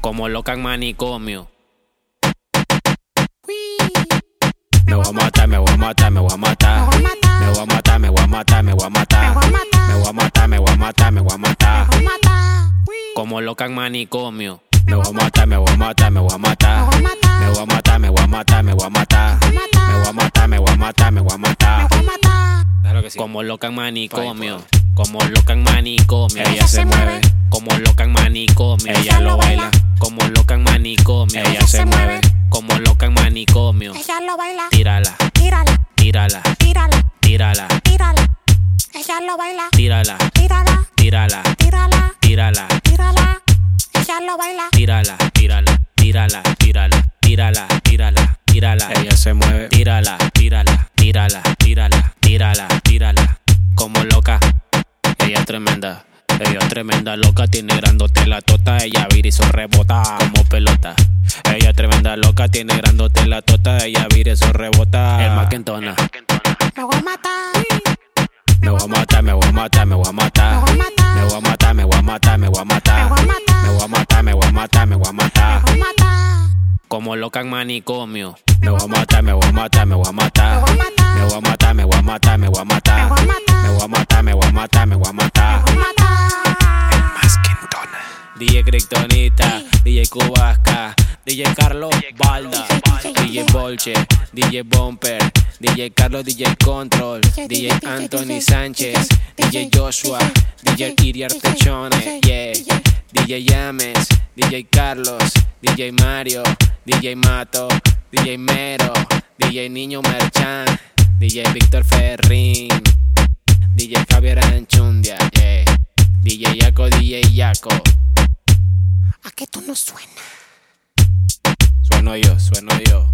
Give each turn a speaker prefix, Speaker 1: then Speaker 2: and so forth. Speaker 1: como loca en manicomio. Me voy a matar, me voy a matar, me voy a matar. Me voy a matar, me voy a matar, me voy a matar. Me voy a matar, me voy a matar, me voy a matar. Como loca en manicomio. Me voy a matar, me voy a matar, me voy a matar. Me voy a matar, me voy a matar, me voy a matar. Me voy a matar, me voy a matar, me voy a matar. Como loca en manicomio. Como loca en manicomio. Ella se mueve. Como loca en manicomio. Ella lo baila. Como loca en manicomio. Ella se mueve. Como loca en manicomio.
Speaker 2: Ella lo baila,
Speaker 1: Tírala,
Speaker 2: tírala,
Speaker 1: tírala,
Speaker 2: tírala,
Speaker 1: tírala,
Speaker 2: tírala. Ella lo baila,
Speaker 1: tírala,
Speaker 2: tírala,
Speaker 1: tírala,
Speaker 2: tírala,
Speaker 1: tírala,
Speaker 2: tírala. Ella lo baila,
Speaker 1: tírala, tírala, tírala, tírala, tírala, tírala, tírala. Ella se mueve. Tírala, tírala, tírala, tírala, tírala, tírala. Como loca. Ella es tremenda. Ella es tremenda loca, tiene grandote la tota, ella vira y eso rebota como pelota. Ella es tremenda loca, tiene grandote la tota, ella vira y eso rebota. El Maquentona.
Speaker 2: me voy a matar,
Speaker 1: Me voy a matar, me voy a matar, me voy a
Speaker 2: me
Speaker 1: matar.
Speaker 2: voy a matar,
Speaker 1: Me voy a matar, me voy a matar, me voy a
Speaker 2: me
Speaker 1: matar.
Speaker 2: voy a matar,
Speaker 1: Me
Speaker 2: me
Speaker 1: voy a matar, me voy a matar, me voy a matar.
Speaker 2: voy a matar,
Speaker 1: Como loca en manicomio. Me voy a matar, me voy a matar, me voy a
Speaker 2: me
Speaker 1: matar.
Speaker 2: voy a matar,
Speaker 1: Me voy a matar, me voy a matar, me voy a
Speaker 2: me
Speaker 1: matar.
Speaker 2: voy a matar,
Speaker 1: Me voy a matar, me voy a matar, me voy a matar.
Speaker 2: me voy a matar.
Speaker 1: Más Quintona. DJ Kryptonita, DJ Cubasca, DJ Carlos Balda, DJ Bolche, DJ Bumper, DJ Carlos, DJ Control, DJ Anthony Sánchez, DJ Joshua, DJ Iriar Techone, yeah, DJ Llames, DJ Carlos, DJ Mario, DJ Mato, DJ Mero, DJ Niño Merchan, DJ Víctor Ferrín. DJ Javier Anchundia, yeah. DJ Yaco, DJ Yaco.
Speaker 2: ¿A qué tú no suena?
Speaker 1: Sueno yo, sueno yo.